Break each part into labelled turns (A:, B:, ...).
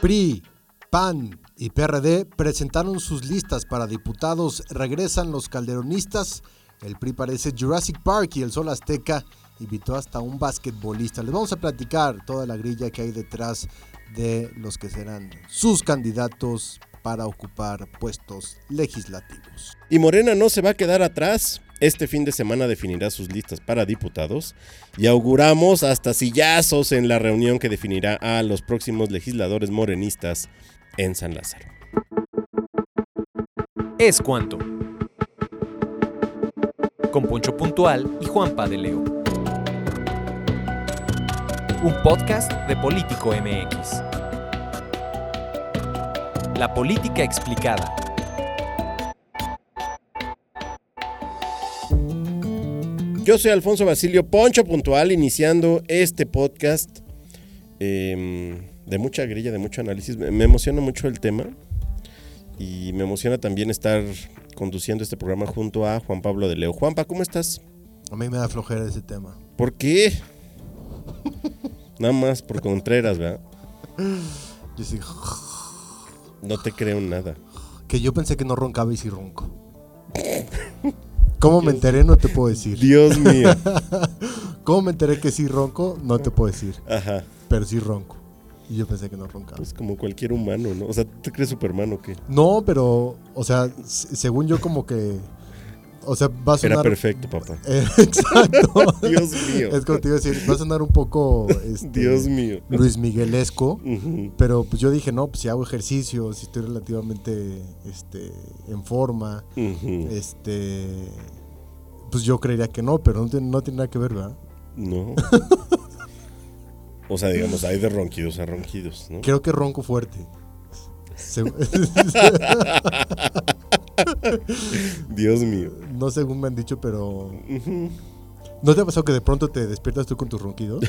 A: PRI, PAN y PRD presentaron sus listas para diputados. Regresan los calderonistas. El PRI parece Jurassic Park y el Sol Azteca invitó hasta un basquetbolista. Les vamos a platicar toda la grilla que hay detrás de los que serán sus candidatos para ocupar puestos legislativos.
B: Y Morena no se va a quedar atrás. Este fin de semana definirá sus listas para diputados y auguramos hasta sillazos en la reunión que definirá a los próximos legisladores morenistas en San Lázaro.
C: Es cuanto. Con Poncho Puntual y Juanpa de Leo. Un podcast de Político MX. La política explicada.
B: Yo soy Alfonso Basilio Poncho Puntual, iniciando este podcast eh, de mucha grilla, de mucho análisis. Me me emociona mucho el tema y me emociona también estar conduciendo este programa junto a Juan Pablo de Leo. Juanpa, ¿cómo estás?
A: A mí me da flojera ese tema.
B: ¿Por qué? Nada más por Contreras, ¿verdad?
A: Yo sí,
B: No te creo en nada.
A: que yo pensé que no roncaba y sí ronco. ¿Cómo me enteré? No te puedo decir.
B: Dios mío.
A: ¿Cómo me enteré que sí ronco? No te puedo decir.
B: Ajá.
A: Pero sí ronco. Y yo pensé que no roncaba.
B: Es como cualquier humano, ¿no? O sea, ¿tú te crees Superman o qué?
A: No, pero, o sea, s- según yo como que... O sea, va a
B: Era
A: sonar...
B: perfecto, papá.
A: Eh, exacto.
B: Dios mío.
A: Es como te iba a decir, va a sonar un poco... este,
B: Dios mío.
A: Luis Miguelesco.
B: Ujú.
A: Pero pues yo dije, no, pues si hago ejercicio, si estoy relativamente este, en forma,
B: Ujú.
A: este... Pues yo creería que no, pero no tiene, no tiene nada que ver, ¿verdad?
B: No. O sea, digamos, hay de ronquidos a ronquidos, ¿no?
A: Creo que ronco fuerte. Se-
B: Dios mío.
A: no según me han dicho, pero...
B: Ujú.
A: ¿No te ha pasado que de pronto te despiertas tú con tus ronquidos?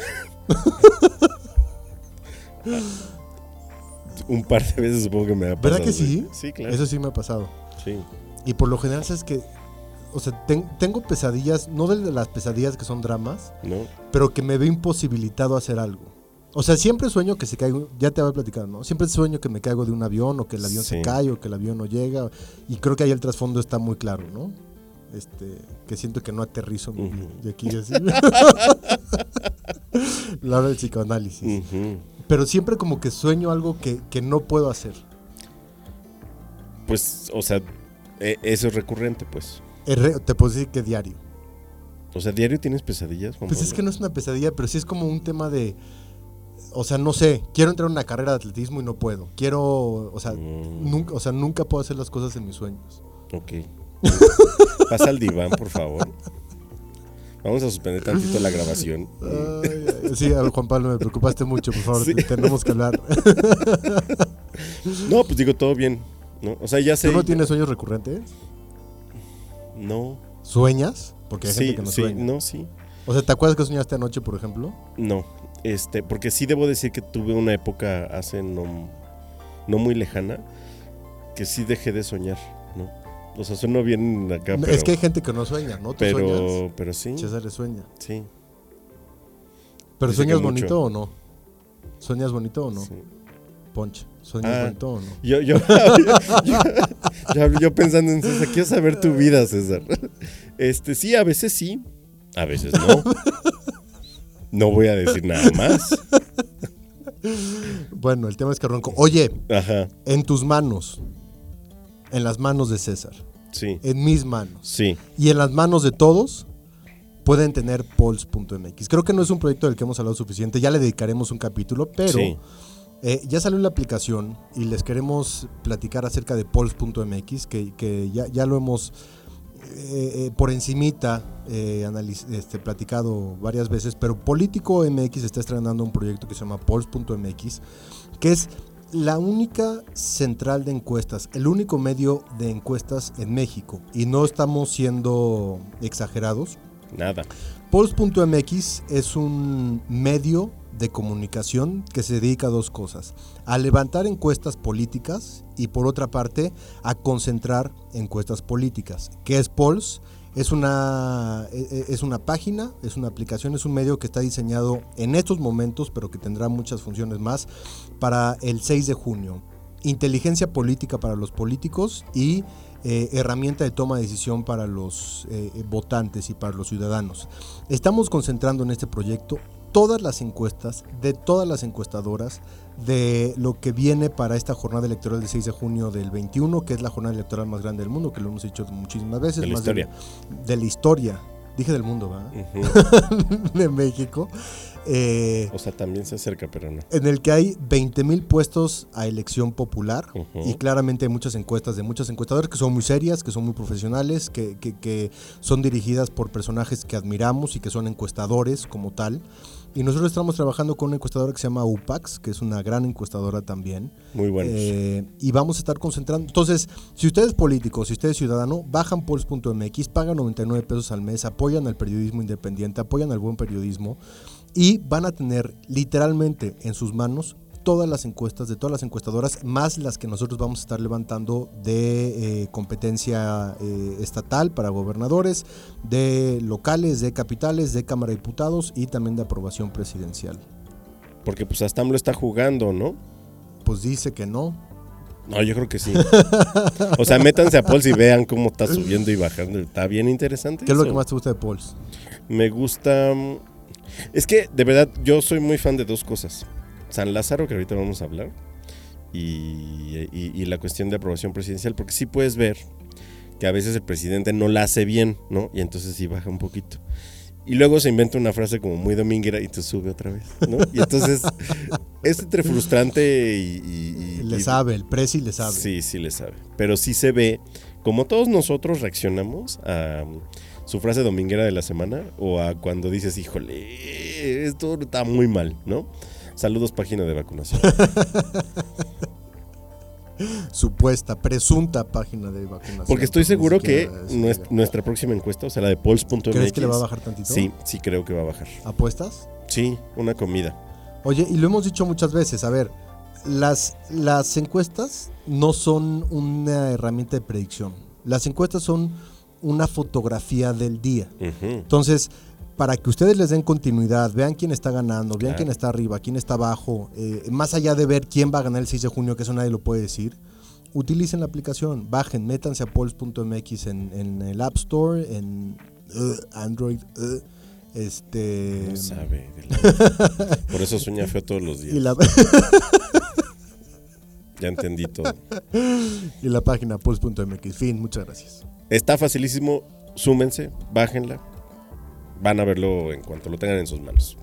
B: Un par de veces supongo que me ha pasado.
A: ¿Verdad que sí?
B: güey. Sí, claro.
A: Eso sí me ha pasado.
B: Sí.
A: Y por lo general, ¿sabes que O sea, ten- tengo pesadillas, no de las pesadillas que son dramas,
B: ¿No?
A: pero que me veo imposibilitado a hacer algo. O sea, siempre sueño que se caigo, ya te había platicado, ¿no? Siempre sueño que me caigo de un avión o que el avión se
B: Sí.
A: cae o que el avión no llega. Y creo que ahí el trasfondo está muy claro, ¿no? Este, que siento que no aterrizo muy bien. Y aquí ya sí. La hora del psicoanálisis.
B: Ujú.
A: Pero siempre como que sueño algo que, que no puedo hacer.
B: Pues, o sea, e- eso es recurrente, pues.
A: Es re- te puedo decir que diario.
B: O sea, diario tienes pesadillas, Juan
A: Pues es que no es una pesadilla, pero sí es como un tema de. O sea, no sé, quiero entrar en una carrera de atletismo y no puedo. Quiero, o sea,
B: Mm.
A: nunca, o sea, nunca puedo hacer las cosas en mis sueños.
B: no. Ok. Pasa al diván, por favor. Vamos a suspender tantito la grabación.
A: Ay, ay, sí, a ver, Juan Pablo, me preocupaste mucho, por favor,
B: Sí.
A: te- tenemos que hablar.
B: No, pues digo, todo bien. ¿no? O sea, ya sé.
A: ¿Tú no tienes sueños recurrentes?
B: No.
A: ¿Sueñas? Porque hay
B: Sí,
A: gente que no
B: sí,
A: sueña.
B: no, sí.
A: O sea, ¿te acuerdas que soñaste anoche, por ejemplo?
B: No, este, porque sí debo decir que tuve una época hace no, no muy lejana que sí dejé de soñar, ¿no? O sea, sueno bien acá, Ah, pero,
A: es que hay gente que no sueña, ¿no? ¿Tú sueñas?
B: pero, pero sí,
A: César sueña.
B: sí,
A: ¿Pero
B: Dice que
A: sueñas
B: mucho.
A: bonito o no? ¿Sueñas bonito o no?
B: sí.
A: Ponche, ¿sueñas
B: Ah.
A: bonito o no?
B: Yo, yo, yo, yo- yo pensando en César, quiero saber tu vida, César. Este, sí, a veces sí, a veces no. No voy a decir nada más.
A: Bueno, el tema es que ronco. Oye,
B: Ajá,
A: en tus manos, en las manos de César,
B: sí,
A: en mis manos
B: sí.
A: y en las manos de todos, pueden tener polls.mx. Creo que no es un proyecto del que hemos hablado suficiente, ya le dedicaremos un capítulo, pero
B: Sí.
A: eh, ya salió la aplicación y les queremos platicar acerca de polls.mx, que, que ya, ya lo hemos eh, eh, por encimita eh, analiz- este, platicado varias veces, pero Político MX está estrenando un proyecto que se llama Pols.mx, que es la única central de encuestas, el único medio de encuestas en México. Y no estamos siendo exagerados.
B: Nada.
A: Pols.mx es un medio de comunicación que se dedica a dos cosas, a levantar encuestas políticas y por otra parte a concentrar encuestas políticas. ¿Qué es Pols? Es una, e- e- es una página, es una aplicación, es un medio que está diseñado en estos momentos, pero que tendrá muchas funciones más, para el 6 de junio. Inteligencia política para los políticos y eh, herramienta de toma de decisión para los eh, votantes y para los ciudadanos. Estamos concentrando en este proyecto todas las encuestas de todas las encuestadoras de lo que viene para esta jornada electoral del 6 de junio del 21, que es la jornada electoral más grande del mundo, que lo hemos dicho muchísimas veces.
B: De la
A: más
B: historia.
A: de la historia. Dije del mundo, ¿verdad?
B: Ujú.
A: de México. Eh,
B: O sea, también se acerca, pero no.
A: en el que hay 20.000 puestos a elección popular
B: Ujú.
A: y claramente hay muchas encuestas de muchas encuestadoras que son muy serias, que son muy profesionales, que, que- que son dirigidas por personajes que admiramos y que son encuestadores como tal. Y nosotros estamos trabajando con una encuestadora que se llama UPAX, que es una gran encuestadora también.
B: Muy buenos.
A: Eh, y vamos a estar concentrando. Entonces, si usted es político, si usted es ciudadano, bajan pols.mx, pagan 99 pesos al mes, apoyan al periodismo independiente, apoyan al buen periodismo y van a tener literalmente en sus manos todas las encuestas de todas las encuestadoras, más las que nosotros vamos a estar levantando de eh, competencia eh, estatal para gobernadores, de locales, de capitales, de Cámara de Diputados y también de aprobación presidencial.
B: Porque pues hasta AMLO está jugando, ¿no?
A: Pues dice que no,
B: No, yo creo que sí. O sea, métanse a Pols y vean cómo está subiendo y bajando. Está bien interesante.
A: ¿Qué es lo
B: eso.
A: que más te gusta de Pols?
B: Me gusta. mm, Es que, de verdad, yo soy muy fan de dos cosas: San Lázaro, que ahorita vamos a hablar, y, y- y la cuestión de aprobación presidencial, porque sí puedes ver que a veces el presidente no la hace bien, ¿no? Y entonces sí baja un poquito. Y luego se inventa una frase como muy dominguera y te sube otra vez, ¿no? Y entonces es entre frustrante y. y- y-
A: Le
B: y-
A: sabe, el Prezi le sabe.
B: Sí, sí le sabe. Pero sí se ve, como todos nosotros reaccionamos a um, su frase dominguera de la semana o a cuando dices, híjole, esto está muy mal, ¿no? Saludos, página de vacunación.
A: Supuesta, presunta página de vacunación.
B: Porque estoy
A: Ni
B: seguro que
A: siquiera es-
B: nues- nuestra próxima encuesta, o sea, la de polls.mx.
A: ¿Crees que le va a bajar tantito?
B: Sí, sí creo que va a bajar.
A: ¿Apuestas?
B: Sí, una comida.
A: Oye, y lo hemos dicho muchas veces, a ver, las, las encuestas no son una herramienta de predicción. Las encuestas son una fotografía del día.
B: Ujú.
A: Entonces, para que ustedes les den continuidad, vean quién está ganando, vean
B: Claro.
A: quién está arriba, quién está abajo, eh, más allá de ver quién va a ganar el 6 de junio, que eso nadie lo puede decir, utilicen la aplicación, bajen, métanse a polls.mx en, en el App Store, en eh, Android, eh, este...
B: No sabe. de la- Por eso sueña feo todos los días.
A: y la,
B: Ya entendí todo.
A: y la página polls.mx. Fin, muchas gracias.
B: Está facilísimo, súmense, bájenla. Van a verlo en cuanto lo tengan en sus manos.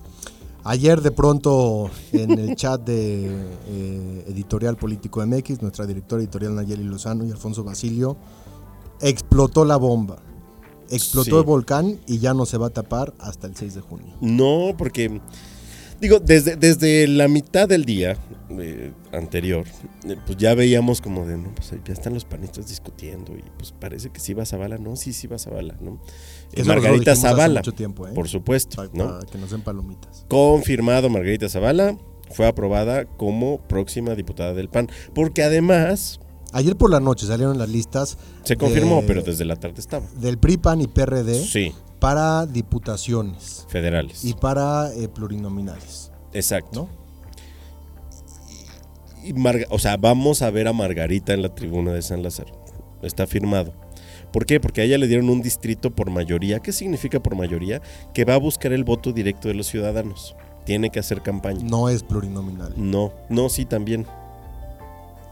A: Ayer de pronto en el chat de eh, Editorial Político MX, nuestra directora editorial Nayeli Lozano y Alfonso Basilio, explotó la bomba. Explotó
B: Sí.
A: el volcán y ya no se va a tapar hasta el 6 de junio.
B: No, porque, digo, desde, desde la mitad del día eh, anterior, eh, pues ya veíamos como de, no, pues ahí ya están los panistas discutiendo y pues parece que sí va Zavala, no, sí, sí va Zavala, ¿no? Eh,
A: Eso nosotros
B: Margarita
A: dijimos hace
B: Zavala,
A: mucho tiempo, ¿eh?
B: por supuesto,
A: Para,
B: ¿no?
A: para que nos den palomitas.
B: Confirmado Margarita Zavala, fue aprobada como próxima diputada del PAN, porque además
A: Ayer por la noche salieron las listas
B: se confirmó,
A: de-
B: pero desde la tarde estaba.
A: del PRIPAN y PRD
B: Sí,
A: para diputaciones
B: federales.
A: y para eh, plurinominales.
B: Exacto.
A: ¿No?
B: Y Marga- o sea, vamos a ver a Margarita en la tribuna de San Lázaro. Está firmado. ¿Por qué? Porque a ella le dieron un distrito por mayoría. ¿Qué significa por mayoría? Que va a buscar el voto directo de los ciudadanos. Tiene que hacer campaña.
A: No es plurinominal.
B: No, no, sí también.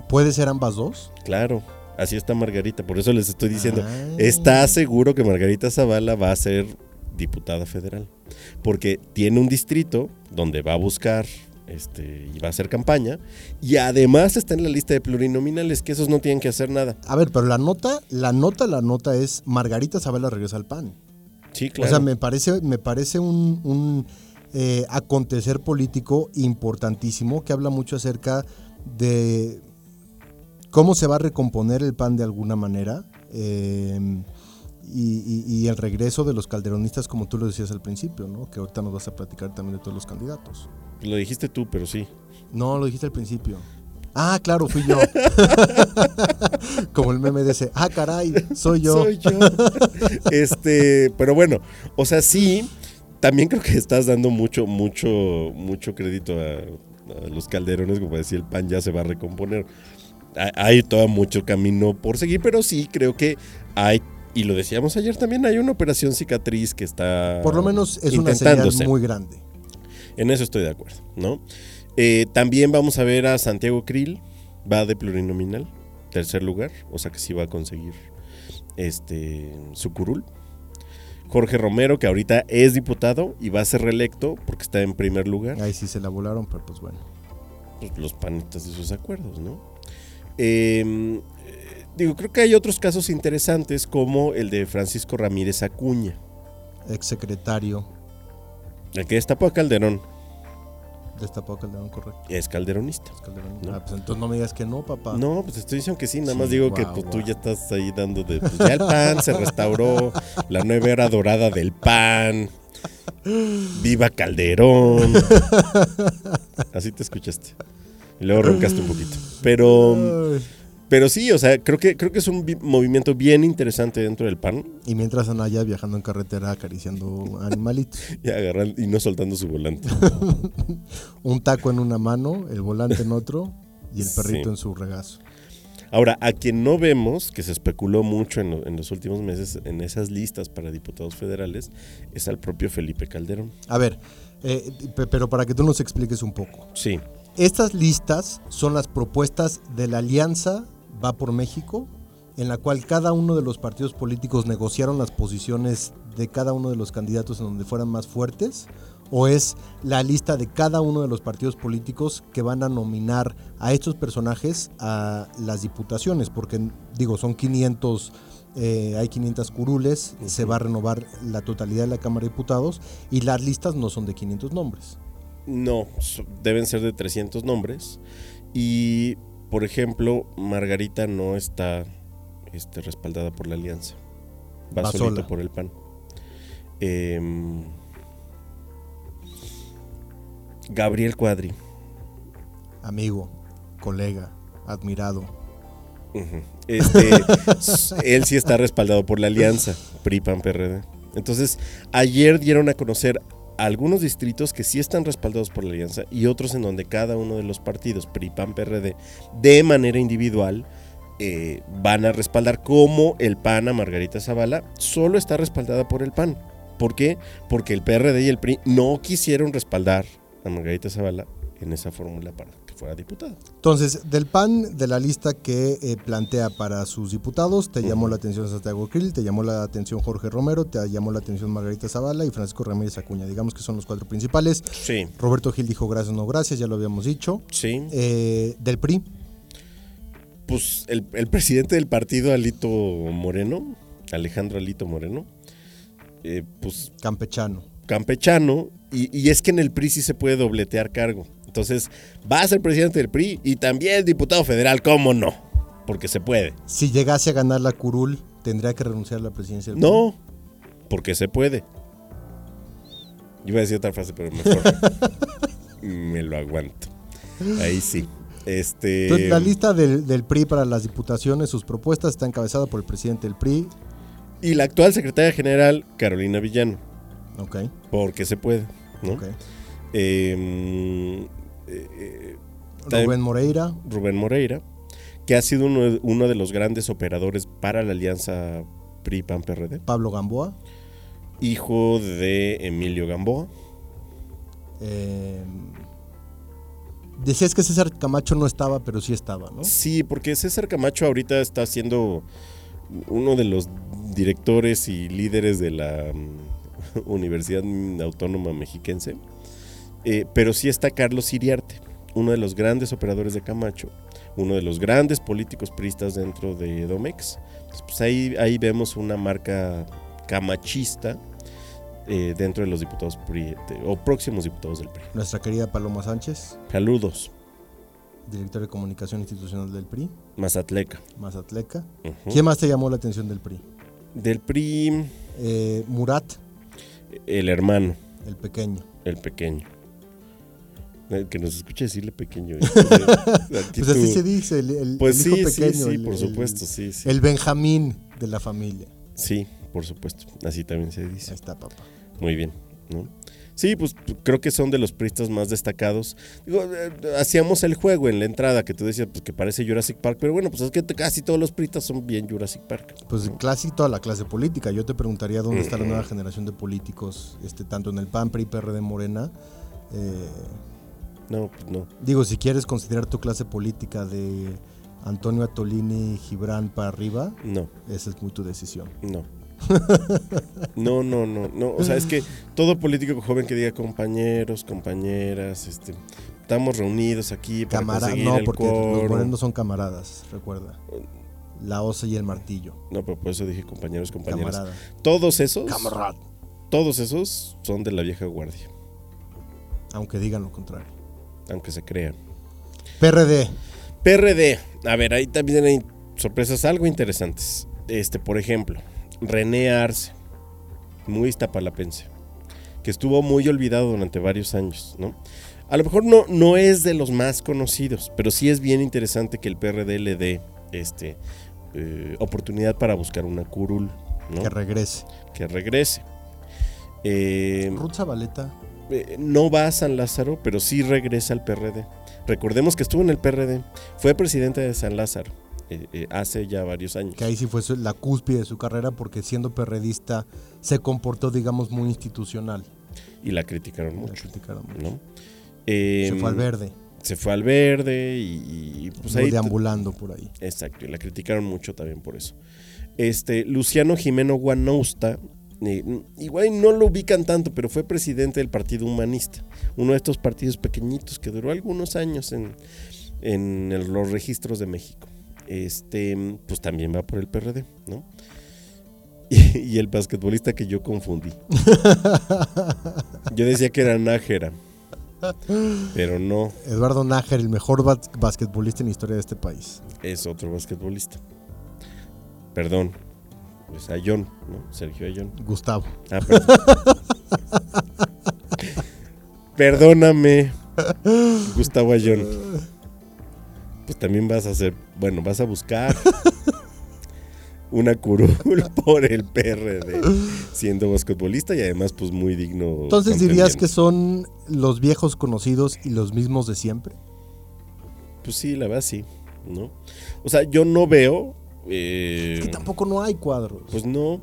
A: ¿Puede ser ambas dos?
B: Claro. Así está Margarita. Por eso les estoy diciendo,
A: Ah.
B: está seguro que Margarita Zavala va a ser diputada federal. Porque tiene un distrito donde va a buscar este, y va a hacer campaña. Y además está en la lista de plurinominales, que esos no tienen que hacer nada.
A: A ver, pero la nota, la nota, la nota es Margarita Zavala regresa al PAN.
B: Sí, claro.
A: O sea, me parece, me parece un, un, eh, acontecer político importantísimo que habla mucho acerca de cómo se va a recomponer el PAN de alguna manera eh, y, y- y el regreso de los calderonistas, como tú lo decías al principio, ¿no? Que ahorita nos vas a platicar también de todos los candidatos.
B: Lo dijiste tú, pero sí.
A: No, lo dijiste al principio. Ah, claro, fui yo. Como el meme de ese, ah, caray, soy yo.
B: Soy yo. este, pero bueno, o sea, sí, también creo que estás dando mucho, mucho, mucho crédito a, a los calderones, como decía, el pan ya se va a recomponer. Ha- Hay todavía mucho camino por seguir, pero sí creo que hay, y lo decíamos ayer también, hay una operación cicatriz que está.
A: Por lo menos es una señal
B: intentándose.
A: muy grande.
B: En eso estoy de acuerdo, ¿no? Eh, también vamos a ver a Santiago Krill, va de plurinominal, tercer lugar, o sea que sí va a conseguir este su curul. Jorge Romero, que ahorita es diputado y va a ser reelecto porque está en primer lugar.
A: Ahí sí se la volaron, pero pues bueno.
B: Pues, los panitas de sus acuerdos, ¿no? Eh, eh, digo, creo que hay otros casos interesantes como el de Francisco Ramírez Acuña,
A: Exsecretario
B: el que destapó a Calderón,
A: destapó Calderón, correcto.
B: es calderonista.
A: Calderón.
B: No.
A: Ah, pues entonces no me digas que no, papá.
B: No, pues te estoy diciendo que sí, nada
A: Sí,
B: más digo que
A: guau,
B: pues, tú
A: guau.
B: ya estás ahí dando de... pues, ya el pan se restauró, la nueva era dorada del pan, viva Calderón. Así te escuchaste. Y luego roncaste un poquito. Pero,
A: Ay.
B: pero sí, o sea, creo que, creo que es un vi- movimiento bien interesante dentro del pan
A: Y mientras Anaya viajando en carretera acariciando animalitos.
B: y, agarrando, y no soltando su volante.
A: Un taco en una mano, el volante en otro y el perrito
B: Sí.
A: en su regazo.
B: Ahora, a quien no vemos, que se especuló mucho en, lo- en los últimos meses en esas listas para diputados federales, es al propio Felipe Calderón.
A: A ver, eh, pe- pero para que tú nos expliques un poco.
B: Sí.
A: Estas listas son las propuestas de la Alianza Va por México, en la cual cada uno de los partidos políticos negociaron las posiciones de cada uno de los candidatos en donde fueran más fuertes, o es la lista de cada uno de los partidos políticos que van a nominar a estos personajes a las diputaciones, porque digo, son 500... eh, hay 500 curules, se va a renovar la totalidad de la Cámara de Diputados y las listas no son de 500 nombres.
B: No, so- deben ser de 300 nombres. Y, por ejemplo, Margarita no está este, respaldada por la alianza. Va,
A: Va
B: solito
A: sola.
B: por el PAN. Em, Gabriel Cuadri.
A: amigo, colega, admirado.
B: Ujú. Este, s- él sí está respaldado por la alianza PRI-PAN-PRD. Entonces, ayer dieron a conocer algunos distritos que sí están respaldados por la alianza y otros en donde cada uno de los partidos PRI-PAN-PRD de manera individual eh, van a respaldar como el PAN a Margarita Zavala solo está respaldada por el PAN. ¿Por qué? Porque el PRD y el PRI no quisieron respaldar a Margarita Zavala en esa fórmula para que fuera diputada.
A: Entonces, del PAN, de la lista que eh, plantea para sus diputados, te llamó la atención Santiago Krill, te llamó la atención Jorge Romero, te llamó la atención Margarita Zavala y Francisco Ramírez Acuña. Digamos que son los cuatro principales.
B: Sí,
A: Roberto Gil dijo gracias, no gracias, ya lo habíamos dicho.
B: sí.
A: Eh, del PRI,
B: pues el, el presidente del partido, Alito Moreno, Alejandro Alito Moreno, eh, pues
A: Campechano.
B: campechano, y, y es que en el PRI sí se puede dobletear cargo. Entonces, va a ser presidente del PRI y también diputado federal, ¿cómo no? Porque se puede.
A: Si llegase a ganar la curul, tendría que renunciar a la presidencia del
B: No, porque se puede. Iba a decir otra frase, pero mejor me lo aguanto. Ahí sí. Este,
A: Entonces, la lista del, del PRI para las diputaciones, sus propuestas, está encabezada por el presidente del PRI.
B: y la actual secretaria general, Carolina Villano,
A: Ok,
B: porque se puede, ¿no?
A: ok.
B: Eh, eh, eh, También-
A: Rubén Moreira,
B: Rubén Moreira, que ha sido uno, uno de los grandes operadores para la alianza PRI-PAN-PRD,
A: Pablo Gamboa.
B: hijo de Emilio Gamboa.
A: Eh, decías que César Camacho no estaba, pero sí estaba, ¿no?
B: Sí, porque César Camacho ahorita está siendo uno de los directores y líderes de la mm, Universidad Autónoma Mexiquense. Eh, pero sí está Carlos Siriarte, uno de los grandes operadores de Camacho, uno de los grandes políticos pristas dentro de Domex. Entonces, pues ahí, ahí vemos una marca camachista eh, dentro de los diputados PRI, de- o próximos diputados del PRI.
A: Nuestra querida Paloma Sánchez,
B: Saludos,
A: directora de comunicación institucional del PRI,
B: Mazatleca.
A: Mazatleca.
B: Ujú.
A: ¿Quién más te llamó la atención del PRI?
B: Del PRI,
A: Eh, Murat,
B: el hermano,
A: el pequeño.
B: el pequeño. Eh, Que nos escuche decirle pequeño. ¿eh?
A: Pues así se dice, el, el-
B: Pues
A: el hijo
B: sí, sí,
A: pequeño.
B: sí,
A: el-
B: por
A: el-
B: supuesto, sí, sí.
A: El Benjamín de la familia.
B: Sí, por supuesto. Así también se dice.
A: Ahí está, papá.
B: Muy bien, ¿no? Sí, pues creo que son de los pristas más destacados. Digo, eh, hacíamos el juego en la entrada que tú decías pues, que parece Jurassic Park, pero bueno, pues es que t- casi todos los pristas son bien Jurassic Park.
A: Pues clase y toda la clase política. Yo te preguntaría dónde
B: Eh,
A: está la nueva generación de políticos, este, tanto en el PAN, PRI, PRD, Morena. Eh,
B: No, pues no.
A: digo, si quieres considerar tu clase política de Antonio Atolini, Gibran para arriba,
B: No,
A: esa es muy tu decisión.
B: no. No, no, no, no. O sea, es que todo político joven que diga compañeros, compañeras, este, estamos reunidos aquí para
A: Camarada,
B: conseguir
A: no,
B: el
A: porque los
B: quórum. Eh.
A: morenos son camaradas, recuerda. La osa y el martillo.
B: No, pero por eso dije compañeros, compañeras.
A: Camarada.
B: Todos esos,
A: Camarada.
B: todos esos son de la vieja guardia,
A: Aunque digan lo contrario.
B: aunque se crean.
A: PRD.
B: PRD. A ver, ahí también hay sorpresas algo interesantes. Este, por ejemplo, René Arce, muy iztapalapense, que estuvo muy olvidado durante varios años, ¿no? A lo mejor no, no es de los más conocidos, pero sí es bien interesante que el PRD le dé este, eh, oportunidad para buscar una curul, ¿no?
A: Que regrese.
B: Que regrese. Eh,
A: Ruth Zabaleta.
B: eh, no va a San Lázaro, pero sí regresa al PRD. Recordemos que estuvo en el PRD, fue presidente de San Lázaro eh, eh, hace ya varios años.
A: Que ahí sí fue su- la cúspide de su carrera porque siendo perredista se comportó, digamos, muy institucional.
B: Y la criticaron
A: La
B: mucho.
A: criticaron mucho.
B: ¿no? Eh,
A: se fue al verde.
B: Se fue al verde y, y, pues
A: muy
B: ahí.
A: deambulando por ahí.
B: Exacto, y la criticaron mucho también por eso. Este, Luciano Jimeno Guanousta, eh, n- igual y no lo ubican tanto, pero fue presidente del Partido Humanista, uno de estos partidos pequeñitos que duró algunos años en, en el- los registros de México. Este, pues también va por el PRD, ¿no? Y, y el basquetbolista que yo confundí. Yo decía que era Nájera, pero no,
A: Eduardo Nájer, el mejor bas- basquetbolista en la historia de este país.
B: es otro basquetbolista. Perdón. Pues Ayón, ¿no? Sergio Ayón.
A: Gustavo.
B: Ah, perdón. Perdóname, Gustavo Ayón. Pues también vas a hacer, bueno, vas a buscar una curul por el PRD, siendo basquetbolista y además pues muy digno.
A: Entonces dirías que
B: contendiente.
A: son los viejos conocidos y los mismos de siempre.
B: Pues sí, la verdad sí, ¿no? O sea, yo no veo... eh,
A: Que tampoco no hay cuadros.
B: Pues no.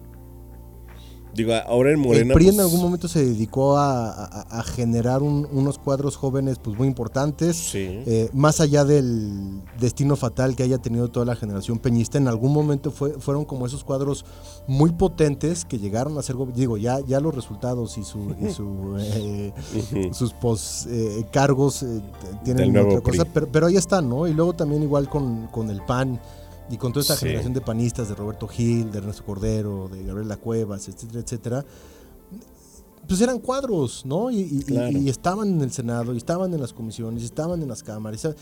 B: Digo, ahora en
A: el
B: Morena.
A: PRI en
B: pues,
A: algún momento se dedicó a, a- a generar un- unos cuadros jóvenes pues muy importantes.
B: Sí.
A: Eh, más allá del destino fatal que haya tenido toda la generación peñista, en algún momento fue- fueron como esos cuadros muy potentes que llegaron a ser, gobe- digo, ya, ya los resultados y, su, y su, eh,
B: Ujú.
A: sus pos, eh, cargos eh, t-
B: Del
A: tienen
B: nuevo
A: otra cosa,
B: PRI.
A: pero, pero ahí están, ¿no? Y luego también igual con, con el PAN y con toda esta
B: Sí.
A: generación de panistas, de Roberto Gil, de Ernesto Cordero, de Gabriela Cuevas, etcétera, etcétera pues eran cuadros, ¿no? Y, y- y-
B: Claro.
A: y estaban en el Senado, y estaban en las comisiones, y estaban en las cámaras. ¿sabes?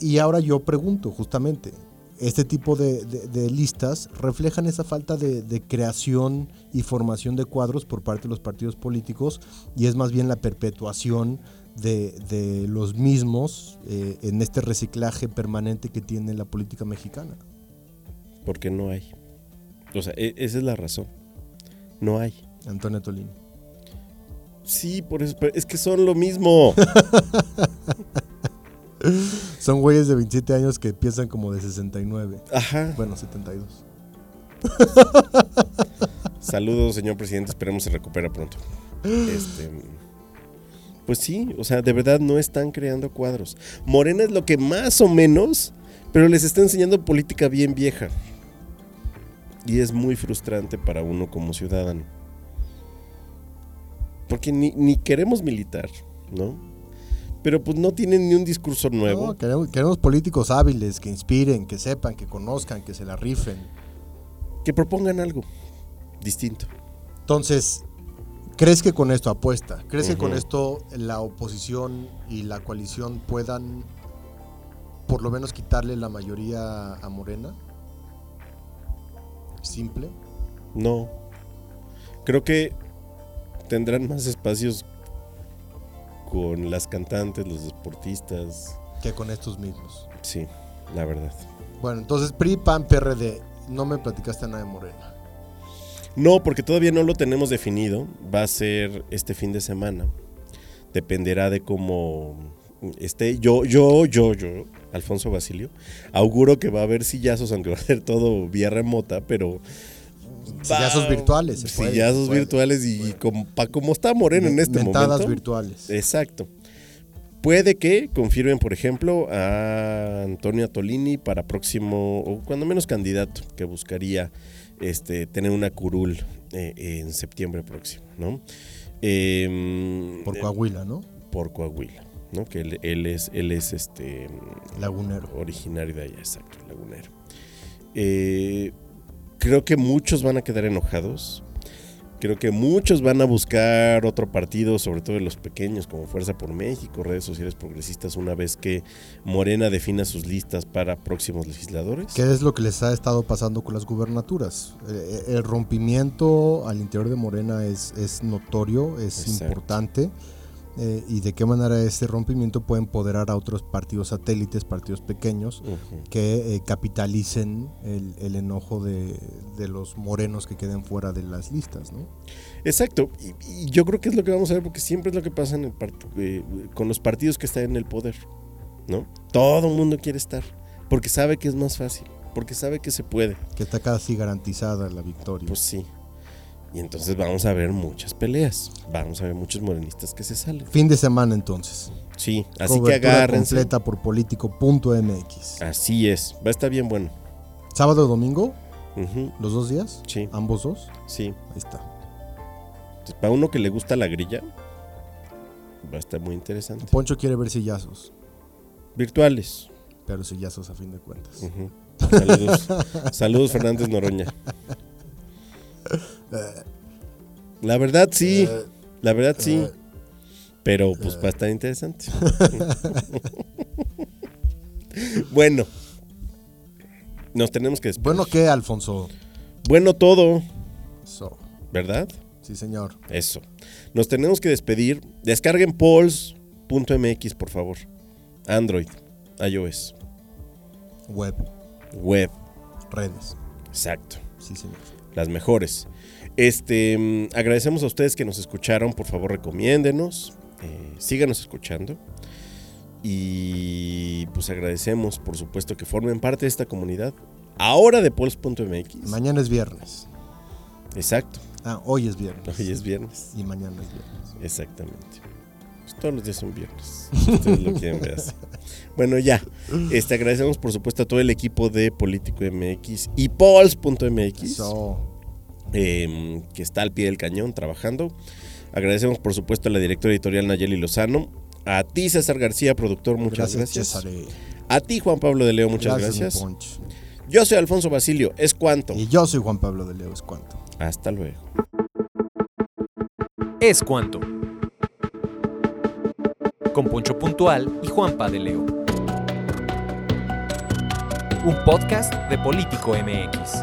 A: Y ahora yo pregunto, justamente, este tipo de, de- de listas reflejan esa falta de, de creación y formación de cuadros por parte de los partidos políticos, y es más bien la perpetuación de, de los mismos eh, en este reciclaje permanente que tiene la política mexicana.
B: Porque no hay. O sea, e- esa es la razón. No hay.
A: Antonio Tolini.
B: Sí, por eso. pero es que son lo mismo.
A: Son güeyes de 27 años que empiezan como de 69.
B: Ajá.
A: Bueno, 72.
B: Saludos, señor presidente. Esperemos se recupera pronto. Este. Pues sí, o sea, de verdad no están creando cuadros. Morena es lo que más o menos, pero les está enseñando política bien vieja. Y es muy frustrante para uno como ciudadano. Porque ni, ni queremos militar. ¿no? Pero pues no tienen ni un discurso nuevo.
A: No, queremos, queremos políticos hábiles que inspiren, que sepan, que conozcan, que se la rifen.
B: que propongan algo distinto.
A: Entonces, ¿crees que con esto apuesta? ¿Crees que con esto la oposición y la coalición puedan por lo menos quitarle la mayoría a Morena? Simple.
B: No. Creo que tendrán más espacios con las cantantes, los deportistas.
A: que con estos mismos.
B: Sí, la verdad.
A: Bueno, entonces PRI, PAN, PRD, no me platicaste nada de Morena.
B: No, porque todavía no lo tenemos definido. Va a ser este fin de semana. Dependerá de cómo esté. Yo, yo, yo, yo, Alfonso Basilio, auguro que va a haber sillazos, aunque va a ser todo vía remota, pero
A: Sillazos virtuales. se puede,
B: sillazos
A: se puede.
B: virtuales y como, pa- como está Moreno en este
A: Mentadas
B: momento.
A: virtuales.
B: Exacto. Puede que confirmen, por ejemplo, a Antonio Atolini para próximo, o cuando menos candidato, que buscaría este, tener una curul eh, en septiembre próximo, ¿no? Em,
A: Por Coahuila, ¿no?
B: por Coahuila, ¿no? Que él, él es, él es este
A: Lagunero.
B: originario de allá, exacto, lagunero. Eh, creo que muchos van a quedar enojados. Creo que muchos van a buscar otro partido, sobre todo de los pequeños, como Fuerza por México, redes sociales progresistas, una vez que Morena defina sus listas para próximos legisladores.
A: ¿Qué es lo que les ha estado pasando con las gubernaturas? Eh, El rompimiento al interior de Morena es, es notorio, es
B: Exacto.
A: importante. eh, y de qué manera ese rompimiento puede empoderar a otros partidos satélites, partidos pequeños,
B: Ujú.
A: que eh, capitalicen el, el enojo de, de los morenos que queden fuera de las listas, ¿no?
B: Exacto, y, y yo creo que es lo que vamos a ver, porque siempre es lo que pasa en el part- eh, con los partidos que están en el poder, ¿no? Todo el mundo quiere estar, porque sabe que es más fácil, porque sabe que se puede.
A: Que está casi garantizada la victoria.
B: Pues sí. Y entonces vamos a ver muchas peleas. Vamos a ver muchos morenistas que se salen.
A: fin de semana entonces.
B: Sí, así que
A: Cobertura
B: agárrense.
A: completa por político.mx.
B: Así es. Va a estar bien bueno.
A: Sábado y domingo,
B: Ujú,
A: los dos días,
B: Sí,
A: ambos dos.
B: sí.
A: Ahí está.
B: Entonces, para uno que le gusta la grilla, va a estar muy interesante.
A: Poncho quiere ver sillazos, Pues-
B: Virtuales.
A: pero sillazos a fin de cuentas.
B: Ujú. Saludos. Saludos, Fernández Noroña. La verdad sí. La verdad sí. Pero pues va a estar interesante. bueno. Nos tenemos que despedir.
A: Bueno, ¿qué, Alfonso?
B: Bueno todo,
A: So,
B: ¿verdad?
A: sí, señor.
B: Eso. Nos tenemos que despedir. Descarguen polls.mx, por favor. Android, iOS,
A: Web,
B: web.
A: redes.
B: Exacto.
A: Sí, señor.
B: las mejores. Este, mm, agradecemos a ustedes que nos escucharon, por favor recomiéndenos, eh, síganos escuchando y pues agradecemos por supuesto que formen parte de esta comunidad, ahora de pols.mx.
A: Mañana es viernes.
B: Exacto,
A: Ah, hoy es viernes.
B: hoy es viernes.
A: Y mañana es viernes.
B: Exactamente. Pues todos los días son viernes. si Ustedes lo quieren ver así. Bueno, ya. Este, agradecemos por supuesto a todo el equipo de Político MX y pols.mx.
A: So,
B: eh, que está al pie del cañón trabajando. Agradecemos, por supuesto, a la directora editorial Nayeli Lozano. A ti, César García, productor, muchas gracias.
A: César.
B: A ti, Juan Pablo de Leo, muchas
A: mi
B: gracias. Oh.
A: Poncho.
B: Yo soy Alfonso Basilio, es cuanto.
A: Y yo soy Juan Pablo de Leo, es cuanto.
B: Hasta luego.
C: Es cuanto. Con Poncho Puntual y Juanpa de Leo. Un podcast de Político MX.